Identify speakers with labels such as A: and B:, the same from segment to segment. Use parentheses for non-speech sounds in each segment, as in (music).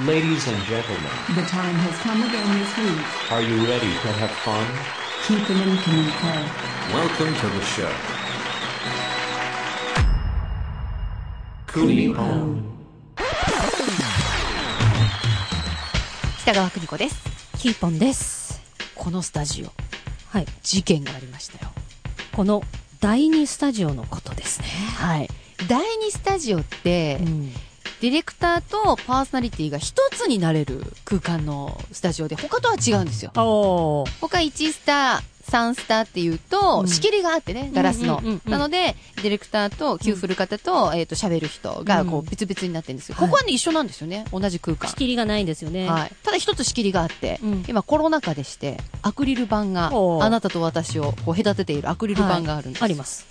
A: Ladies and gentlemen,
B: The time has come again this week.
A: are you ready to have fun?
B: Keep it in Kamiko.
C: Welcome to the show.
A: Kunio.
D: 北川邦子です
E: キーポンです。
D: このスタジオ
E: はい。
D: 事件がありましたよ
E: この第二スタジオのことですね。
D: はい第二スタジオって、
E: うん。
D: ディレクターとパーソナリティが一つになれる空間のスタジオで他とは違うんですよ
E: おー。
D: 他1スター3スターっていうと、
E: うん
D: 仕切りがあってねガラスの、
E: うんうんうんうん
D: なのでディレクターと給付る方と,、えっ、と喋る人がこ
E: うん
D: う別々になってるんですけど、
E: はい
D: ここはね一緒なんですよね同じ空間
E: 仕切りがないんですよね。
D: はい、ただ一つ仕切りがあって、
E: うん
D: 今コロナ禍でしてアクリル板が
E: おう
D: あなたと私をこう隔てているアクリル板があるんです、
E: あります。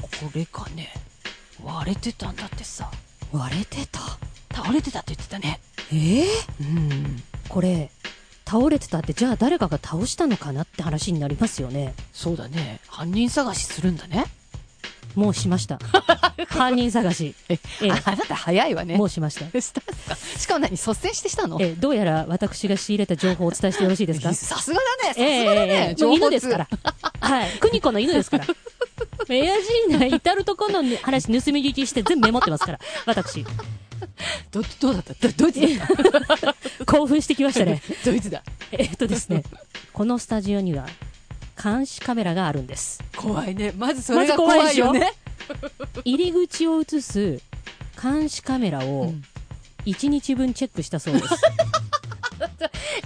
D: これがね割れてたんだってさ
E: 割れてた。
D: 倒れてたって言ってたね
E: ええ
D: うん
E: これ、倒れてたって、じゃあ誰かが倒したのかなって話になりますよね。
D: そうだね犯人探しするんだね
E: もうし
D: (laughs)
E: ました。犯人探し。ええ
D: あなた早いわね
E: もうしました。
D: したんすかしかも何率先してしたの
E: ええどうやら私が仕入れた情報をお伝えしてよろしいですか
D: さすがだねさす
E: えええ
D: がだ
E: ええ
D: ね
E: えもう
D: 情報
E: 犬
D: 通
E: です
D: (laughs)
E: から。はい。クニコの犬ですから。エアジーナ至るところの話盗み聞きして全部メモってますから。私。
D: どどうだったどどいつだった
E: 興奮してきましたね。
D: (laughs) どいつだ
E: えっとです
D: (laughs)
E: ね、このスタジオには監視カメラがあるんです。
D: 怖いねまずそれが怖いよ
E: ま
D: (laughs) ね
E: 入り口を映す監視カメラ
D: う
E: を
D: ん
E: 1日分チェックしたそうです。
D: (laughs)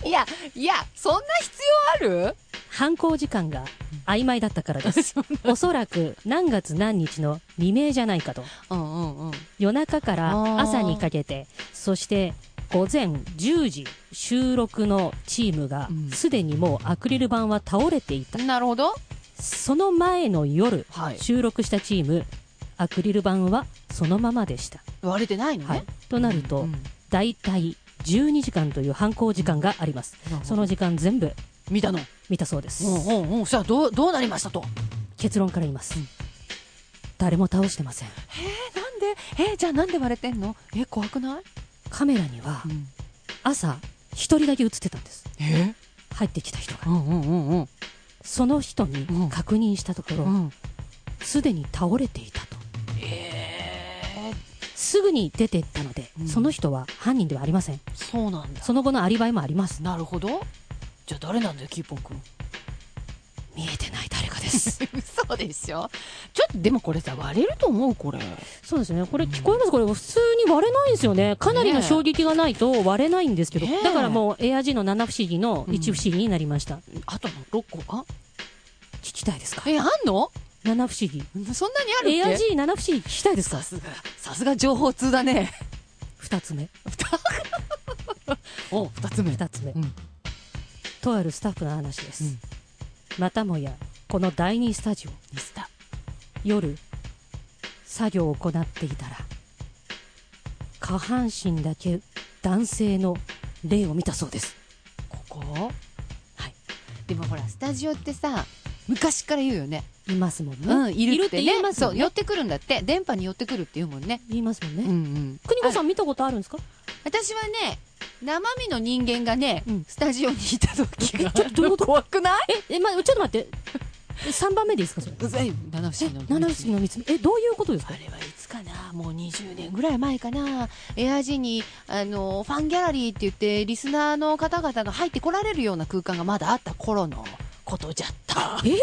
D: いやいやそんな必要ある
E: 犯行時間が曖昧だったから
D: (laughs)
E: です。おそらく何月何日の未明じゃないかと。
D: うんうんうん
E: 夜中から
D: あー
E: 朝にかけて、そして午前10時収録のチームが
D: うん
E: すでにもうアクリル板は倒れていた。
D: なるほど。
E: その前の夜、
D: はい
E: 収録したチーム、アクリル板はそのままでした。
D: 割れてないの
E: は
D: ね
E: い。。となると、
D: うん
E: 大体12時間という犯行時間があります。その時間全部
D: 見たの。
E: 見たそうです。
D: うんうんうん。さあ、どう、どうなりましたと。
E: 結論から言います。
D: うん
E: 誰も倒してません。
D: え、なんで、え、じゃあなんで割れてんのえ、怖くない
E: カメラには朝一人だけ映ってたんです。
D: え
E: 入ってきた人が。
D: うんうんうんうん。
E: その人に
D: うん
E: 確認したところ、
D: うん。
E: すでに倒れていたと。
D: え
E: すぐに出て行ったので、
D: うん
E: その人は犯人ではありません。
D: ー、そうなんだ。
E: その後のアリバイもあります。
D: なるほど。じゃあ誰なんだよ、キーポン君。
E: 見えてない誰かです。
D: 嘘でしょちょっとでもこれさ、割れると思う、これ。
E: そうですね。これ聞こえますこれ普通に割れないんですよね。かなりの衝撃がないと割れないんですけど。
D: ねえ
E: だからもうエアジの七不思議の一不思議になりました。
D: あとの6個あ
E: 聞きたいですか
D: え、あんの
E: 七不思議。
D: そんなにあるっけ
E: エアジ七不思議聞きたいですか
D: さすが、さすが情報通だね。
E: 二つ目。
D: お、二つ目。
E: 二つ目。
D: うん
E: とあるスタッフの話です。
D: うん
E: またもや、この第二スタジオ、
D: ミスター
E: 夜、作業を行っていたら、下半身だけ男性の霊を見たそうです。
D: ここ
E: はい。
D: でもほら、スタジオってさ、昔から言うよね。
E: いますもんね。
D: うん、いるってね。
E: 言います
D: そ
E: もん
D: う、
E: ね。
D: 寄ってくるんだって。電波に寄ってくるって言うもんね。
E: 言いますもんね。
D: ん
E: 邦子さ
D: ん。
E: ん見たことあるんですか
D: 私はね、生身の人間がね、
E: うん
D: スタジオにいた時 (laughs) が。
E: えちょどういうこと
D: 怖くない
E: え、え、ま、ちょっと待って。3番目でいいですかそれ。
D: うざい。七不思議の。
E: 七不思議の三つ目。え、どういうことです
D: あ
E: か
D: れはいつかなもう20年ぐらい前かなエアジに、あの、ファンギャラリーって言って、リスナーの方々が入ってこられるような空間がまだあった頃のことじゃった。 (laughs)
E: ええ、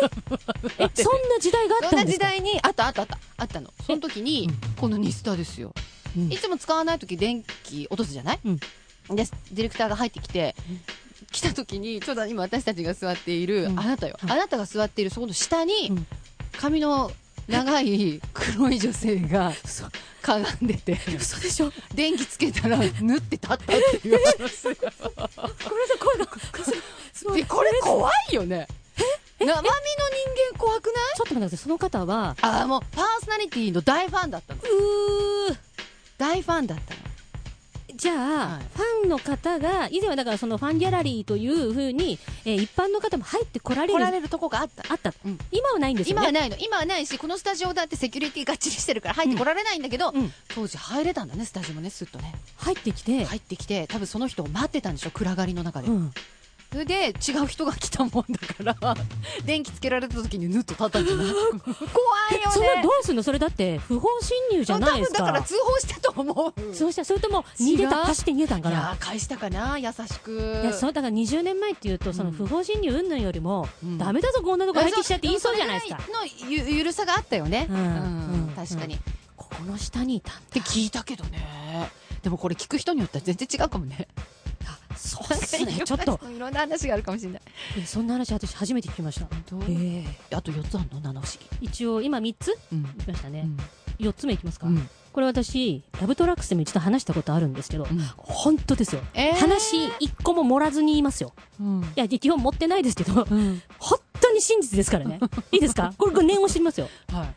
E: そんな時代があっ
D: そん
E: た
D: なん
E: で
D: 時
E: すか
D: 代にあったあったあったあったのその時に、このニスタですよ、
E: うん
D: いつも使わない時電気落とすじゃない、
E: うん
D: でディレクターが入ってきて、来た時にちょうど今私たちが座っている、
E: うん
D: あなたよ、
E: はい
D: あなたが座っているそこの下に、
E: うん
D: 髪の長い黒い女性がかがんでて
E: 嘘でしょこ
D: 電気つけたら縫って立ったって
E: (laughs)
D: いう話
E: れで声が、 (laughs) すごい。
D: で
E: ち
D: これ怖いよね生身の人間怖くない
E: ょっと待ってください。その方は、
D: ああもうパーソナリティの大ファンだったの
E: うー、
D: 大ファンだったの
E: 自じゃあ、
D: はい
E: ファンの方が、以前はだからそのファンギャラリーというふうに、えー一般の方も入ってこられ
D: 来ら
E: る、
D: れるとこがあった。
E: あった、
D: うん
E: 今はないんですよ
D: 今
E: ね。
D: はないの。今はないし、このスタジオだってセキュリティがっちりしてるから入ってこられないんだけど、
E: うんうん
D: 当時入れたんだね、スタジオもね、すっとね。
E: 入ってきて、
D: 入ってきて、多分その人を待ってたんでしょ、暗がりの中で。
E: うん、
D: それで、違う人が来たもんだから、電気つけられた時にぬっと立ったんじゃない怖い
E: そん
D: よ
E: な
D: ね
E: ど。うすんのそれだって不法侵入じゃないです
D: 多分だから
E: か。
D: 通報したと思う。
E: そうしたそれとも逃げ
D: 違
E: た
D: う
E: 走って逃げたん
D: い
E: か
D: や
E: な
D: ー、返したかな、優しく。
E: いやそうだから20年前っていうとその
D: うん
E: 不法侵入云々よりも、
D: うん
E: ダメだぞこんなとこ入ってきちゃって言いそうじゃないですか
D: それぐらいのゆゆるさがあったよね。
E: う
D: うんん
E: うん
D: 確かに。っ
E: ここの下にいたん
D: て聞いたけどね。でもこれ聞く人によっては全然違うかもね。
E: だそう
D: (laughs)
E: っすねちょっと。
D: いろんな話があるかもしれない。
E: いやそんな話私初めて聞きました
D: 当
E: ええ
D: あと4つあるの七不思議。
E: 一応今3つ
D: うん。
E: 言いました
D: う
E: ね、
D: ん
E: 四4つ目いきますか、
D: うん
E: これ私ラブトラックスでも一度話したことあるんですけど、本当ですよ、
D: えー
E: 話一個も盛らずに言いますよ
D: うん。
E: いや基本持ってないですけど
D: うん。
E: 本当に真実ですからね (laughs) いいですかこれこれ念を知りますよ
D: はい。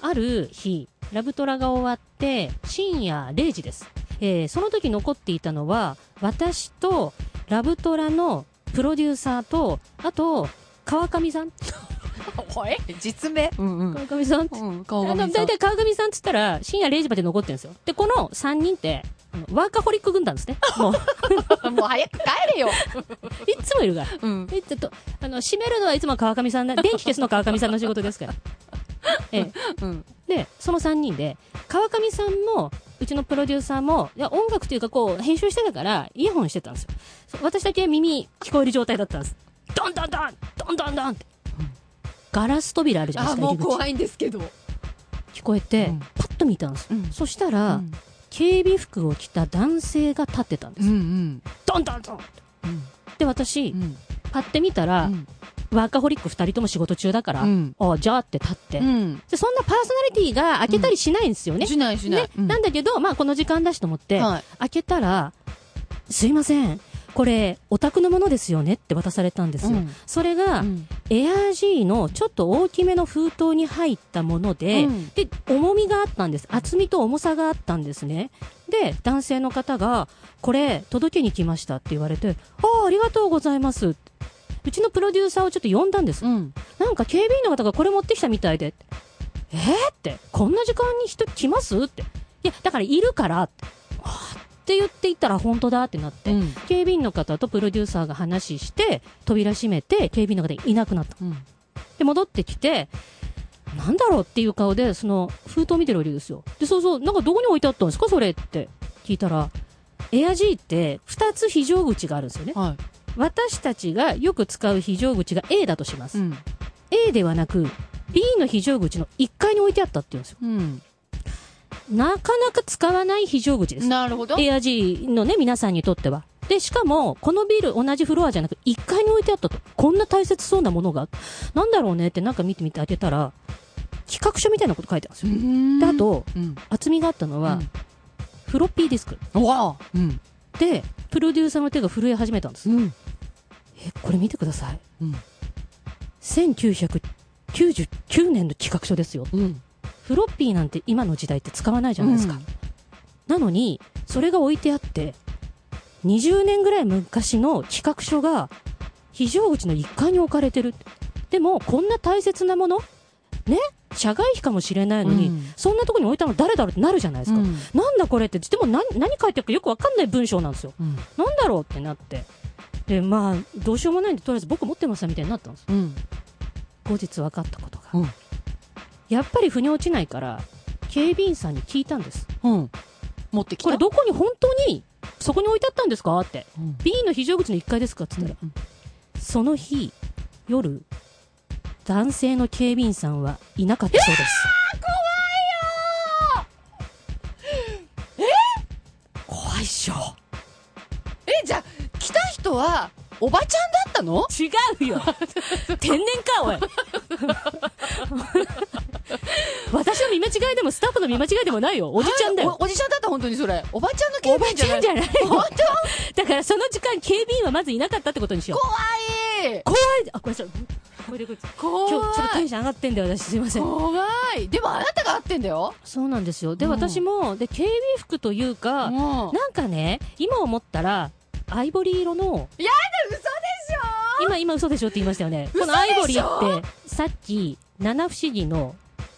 E: ある日、ラブトラが終わって、深夜0時です。えーその時残っていたのは、私と、ラブトラのプロデューサーと、あと、川上さん。
D: おい実名うんう。
E: 川上さんって。
D: うん、
E: あ
D: 顔が
E: の、
D: 見た
E: だいたい川上さんって言ったら、深夜0時まで残ってるんですよ。で、この3人って、あのワーカホリック軍
D: (laughs)
E: 団ですね。もう、
D: もう早く帰 (laughs) れよ。
E: いっつもいるから。
D: うん。
E: えちょっと、あの、閉めるのはいつも川上さんだ。電気消すの川上さんの仕事で
D: (laughs)
E: すから。ええ
D: うん。
E: で、その3人で、川上さんも、うちのプロデューサーも、いや音楽というかこう、編集してたから、イヤホンしてたんですよ。そ私だけ耳聞こえる状態だったんです。ドンドンドンドンドンドンって。ガラス扉あるじゃない
D: あ、
E: です
D: もう
E: か。入り口
D: 怖いんですけど。
E: 聞こえて、
D: うん
E: パッと見たんです。
D: うん
E: そした
D: う
E: ら、
D: ん
E: 警備服を着た男性が立ってたんで
D: う
E: す。
D: ん
E: ドンドンドン
D: うん。
E: で、私、
D: うん。
E: パッて見たら、
D: うん
E: ワーカホリック2人とも仕事中だから、
D: うん
E: あじゃあって立って、
D: うん。
E: でそんなパーソナリティが開けたりしないんですよね。
D: しないしない
E: ね。なんだけど、まあ、この時間だしと思って、
D: はい
E: 開けたら、すいません、これ、お宅のものですよねって渡されたんですよ。
D: うん
E: それが、
D: うん
E: エアージーのちょっと大きめの封筒に入ったもので、
D: うん
E: で、重みがあったんです。厚みと重さがあったんですね。で、男性の方が、これ、届けに来ましたって言われて、ああ、ありがとうございますって。うちのプロデューサーをちょっと呼んだんです。
D: うん。
E: なんか警備員の方がこれ持ってきたみたいで。えー、って、こんな時間に人来ますって。いや、だからいるからって。あーって言っていったら本当だってなって、
D: うん
E: 警備員の方とプロデューサーが話して、扉閉めて、警備員の方いなくなった。
D: うん。
E: で、戻ってきて、なんだろうっていう顔で、その、封筒見てるわけですよ。で、そうそう、なんかどこに置いてあったんですかそれって聞いたら、エア G って2つ非常口があるんですよね。
D: は
E: 私たちがよく使う非常口が A だとします
D: い。。ん。
E: A ではなく B の非常口の1階に置いてあったって言うんですよ。
D: うん。
E: なかなか使わない非常口です。
D: なるほど。
E: エア G のね、皆さんにとっては。で、しかも、このビル同じフロアじゃなく1階に置いてあったと。こんな大切そうなものが。なんだろうねってなんか見てみて開けたら、企画書みたいなこと書いてあるんですよ。で、あ
D: だ、
E: と、
D: うん。
E: 厚みがあったのは、フロッピーディスク。
D: うん、わあ、うん。
E: で、プロデューサーの手が震え始めたんです。
D: うん。
E: え、これ見てください。
D: うん。
E: 1999年の企画書ですよ。
D: うん。
E: フロッピーなんて今の時代って使わないじゃないですか。なのに、それが置いてあって、20年ぐらい昔の企画書が、非常口の一階に置かれてる。でも、こんな大切なものね社外費かもしれないのに、
D: うん
E: そんなとこに置いたの誰だろうってなるじゃないですか。
D: うん
E: なんだこれって、でも何何書いてあるかよくわかんない文章なんですよ。
D: うん。
E: なんだろうってなって。で、まあ、どうしようもないんで、とりあえず僕持ってましたみたいになったんです。
D: うん。
E: 後日分かったことが。
D: うん。
E: やっぱり腑に落ちないから、警備員さんに聞いたんです。
D: うん。持ってきた。
E: これどこに本当にそこに置いてあったんですかって
D: うん
E: B の非常口の1階ですかって言ったら、
D: うん
E: その日夜男性の警備員さんはいなかったそうです怖いっしょ
D: え、じゃあ、来た人は、おばちゃんだったの
E: 違うよ (laughs) 天然かおい (laughs) 私の見間違いでもスタッフの見間違いでもないよおじちゃんだよ
D: おおじちゃんだった、本当にそれ。おばちゃんの経
E: おば
D: 験じ
E: ち
D: ゃな
E: ゃん
D: い
E: じゃない
D: 本
E: だからその時間警備員はまずいなかったってことにしよう
D: 当怖い
E: 怖いあこれちょっとこえてくるんです
D: 怖い
E: 今日ちょっとテンション上がってんだよ私すいません
D: 怖いでもあなたが合ってんだよ
E: そうなんですよで、
D: うん
E: 私もで警備服というか、
D: もう
E: なんかね今思ったらアイボリー色の
D: 嘘でし
E: 今今嘘でしょって言いましたよね
D: 嘘
E: こ
D: でしょ
E: のアイボリーってさっき七不思議の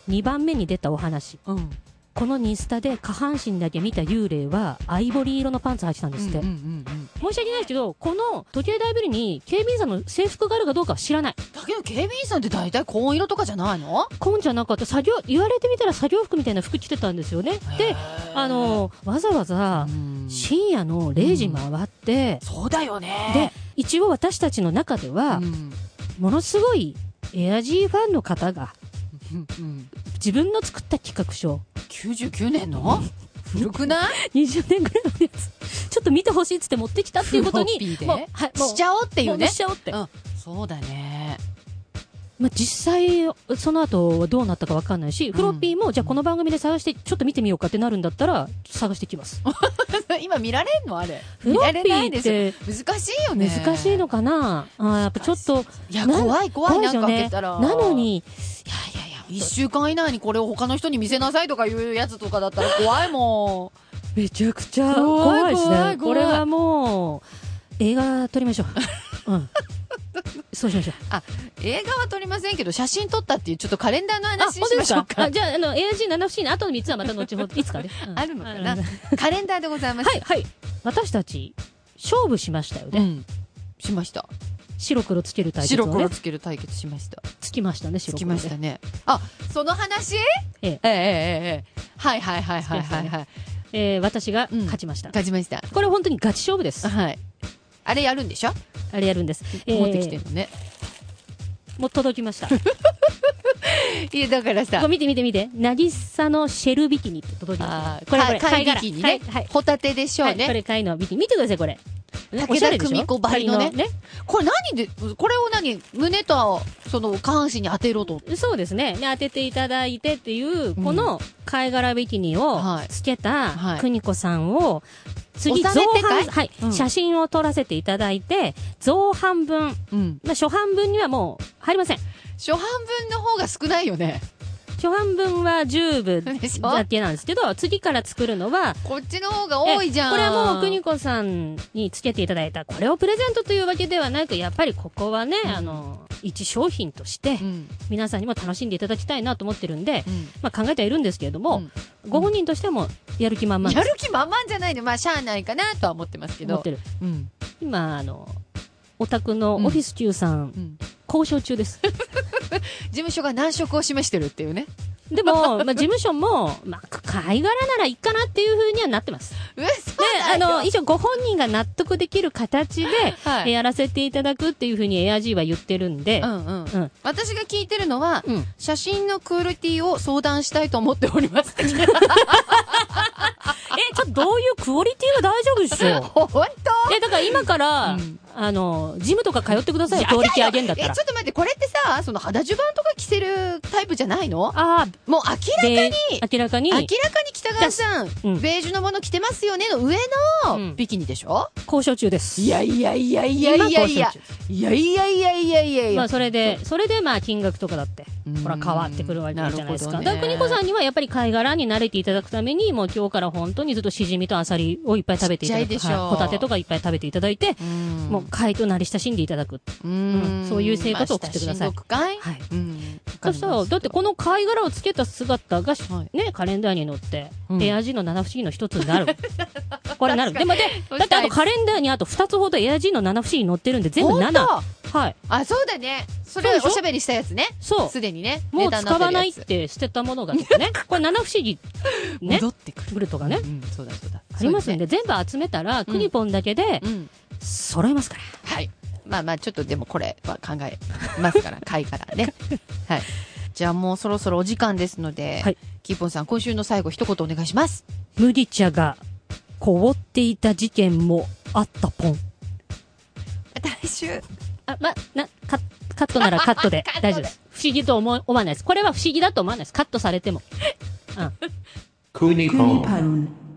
E: 2番目に出たお話
D: ょうん
E: このニスタで下半身だけ見た幽霊はアイボリー色のパンツ履いてたんですって、
D: うんうんうんうん
E: 申し訳ないですけどこの時計台ビルに警備員さんの制服があるかどうかは知らない
D: だけど警備員さんって大体紺色とかじゃないの
E: コンじゃなかった作業言われてみたら作業服みたいな服着てたんですよねであのわざわざ
D: うん
E: 深夜の0時回って、
D: そうだよね
E: で一応私たちの中では、
D: うん
E: ものすごいエアジーファンの方が
D: うんうん
E: 自分の作った企画書
D: 99年の古くない
E: 20年ぐらいのやつちょっと見てほしいっつって持ってきたっていうこと
D: (laughs) フロッ
E: に
D: ピーで
E: もうはいもう
D: しちゃおうってい
E: も
D: う
E: う
D: ね
E: しちゃおうって、
D: うんそうだね
E: まあ、実際その後はどうなったかわかんないし、フロッピーもじゃあこの番組で探してちょっと見てみようかってなるんだったら探してきます
D: (laughs) 今見られんのあれ
E: フ
D: 見
E: ロ
D: ら
E: ッ
D: れ
E: ピ
D: ない
E: ー
D: で
E: っ
D: すよ
E: て
D: 難しいよね
E: 難しいのかな、あーやっぱちょっと
D: いや
E: な
D: 怖い怖い
E: 怖いで
D: な
E: す
D: んか
E: よ
D: 開
E: ね
D: けたら
E: なのにいやいやいや
D: 1週間以内にこれを他の人に見せなさいとかいうやつとかだったら怖いも
E: めちゃくちゃ
D: 怖い
E: 怖いですね
D: 怖い怖い
E: これはもう映画撮りましょ
D: (laughs)
E: う、うん、そうしましょうん
D: 映画は撮りませんけど写真撮ったっていうちょっとカレンダーの
E: あ
D: 話
E: 本
D: しま
E: 当で
D: し
E: す
D: ょう
E: か
D: か
E: あじゃああの ARG7 不思議の後の3つはまた後ほどいつかね、う
D: (laughs)
E: ん
D: あるのか
E: あ
D: な
E: の
D: カレンダーでございます
E: はいはい私たち勝負しましたよ
D: う
E: ね、
D: んしました
E: 白黒つける対決
D: 白
E: を
D: 黒
E: ね
D: つける対決しました
E: つきましたね白
D: つ
E: 黒
D: きましたねあその話
E: ええ
D: ええええはいはいはいはいはいはい
E: えー私が勝ちました、
D: 勝ちました
E: これ本当にガチ勝負です
D: はいあれやるんでしょ
E: あれやるんです、えー
D: 持ってきてるのね
E: もう届きました
D: いやだから
E: これ
D: さ
E: 見て見て見て渚のシェルビキニって届きま
D: あ
E: し
D: ー
E: たこれこれ
D: 貝
E: 貝殻
D: 引きに
E: はい
D: ね
E: はい
D: ホタテでしょう
E: はい、こ
D: ね
E: れ貝のビキニ見てくださいこれ
D: 武田
E: おしゃれでしょ
D: 久美子ばりのね
E: ばり
D: これ何でこれを何胸とその下半身に当てろと
E: ねそうですねで当てていただいてっていう、
D: うん
E: この貝殻ビキニを
D: はい
E: つけ
D: はい
E: た邦子さんを
D: 収
E: 次造
D: めてかい
E: 反、はい
D: うん
E: 写真を撮らせていただいて造半分、ま
D: うん
E: あ、初半分にはもう入りません
D: 初版分の方が少ないよね
E: 初半分は10
D: でし
E: 部
D: ょ
E: だけなんですけど次から作るのは
D: こっちの方が多いじゃん
E: これはもう邦子さんにつけていただいたこれをプレゼントというわけではなくやっぱりここはね、あの一商品として
D: うん
E: 皆さんにも楽しんでいただきたいなと思ってるんで、
D: うん
E: まあ、考えてはいるんですけれども、
D: うん
E: ご本人としてもやる気満々
D: やる気満々じゃないのまあしゃあないかなとは思ってますけ
E: 思っ
D: ど
E: てる
D: うん
E: 今あのお宅のオフィス Q さん、
D: うん
E: 交渉中です
D: 事務所が難色を示してるっていうね
E: で
D: (laughs)
E: も、まあ、事務所も、まあ、貝殻ならいいかなっていうふうにはなってます
D: うそ
E: であ
D: だよ
E: の一応ご本人が納得できる形で、
D: はい
E: やらせていただくっていうふうにエアジーは言ってるんで、
D: うんうん
E: うん
D: 私が聞いてるのは
E: うん
D: 写真のクオリティを相談したいと思っております
E: え、ちょっとどういうクオリティは大丈夫でしょ
D: 本当
E: え、だから今から、
D: うん
E: あの、ジムとか通ってくださいよ、クオリティ上げんだった
D: え
E: ら
D: ち。ょっと待ってこれってさその肌襦袢とか着せるタイプじゃないの
E: あ
D: もう
E: あ、
D: 明ら
E: で
D: かに、
E: 明らかに
D: 明ら、かに北川さん、
E: うん
D: ベージュのもの着てますよねの上
E: う
D: の
E: ん
D: ビキニでしょ、
E: 交渉中です。
D: いやいやいやいやいやい
E: 今
D: や
E: 交渉中です
D: いやいやいやいやいやいや、
E: まあ、それで、それで、まあ、金額とかだって
D: うん、
E: ほら、変わってくるわけじゃないです
D: な
E: か。
D: るほどね
E: だから、邦子さんには、やっぱり貝殻に慣れていただくために、もう今日から本当にずっとシジミとアサリをいっぱい食べていただ
D: ちっ
E: く。
D: ちゃいでしょ
E: はいホタテとかいっぱい食べていただいて、
D: うん
E: もう貝となり親しんでいただく。
D: うん
E: うんそういう生活を送ってくださ
D: まあ親し
E: い
D: んどくかい
E: はい。
D: うん
E: そしたら、だってこの貝殻をつけた姿が、
D: はい
E: ね、カレンダーに載って、
D: うん
E: エアジーの七不思議の一つにな
D: (laughs)
E: る。これなる。でもで、
D: そう
E: だって
D: し
E: あ
D: たい
E: とカレンダーにあと二つほどエアジーの七不思議載ってるんで、全部
D: 本
E: 7。
D: 当
E: はい。
D: あそうだねそ
E: そう
D: れ
E: でしょ
D: おしゃべりしたやつね
E: そう
D: すでにね
E: も
D: ネ
E: う
D: タ
E: 使
D: になって
E: わ
D: る
E: な
D: や
E: いっ
D: つ
E: て捨てたも
D: (laughs)
E: のがですね、これ七不思議、ね、
D: 戻ってくる
E: グルとかね
D: う、んそうだそうだ
E: ありますん
D: そう
E: で、全部集めたら、クニポンだけで
D: だ、ねうん
E: 揃えますから。
D: はい。まあまあ、ちょっとでもこれは考えます
E: (laughs)
D: から、会からね。はい。じゃあもうそろそろお時間ですので、
E: はい
D: キーポンさん、今週の最後一言お願いします。
E: 麦茶が凍っていた事件もあったポン。
D: また来週。
E: あ、ま、な、カット、カットならカットで
D: (laughs) カットで
E: 大丈夫です。不思議と思わ思わないです。これは不思議だと思わないです。カットされても。うん。
A: Kunipon.
B: Kunipone.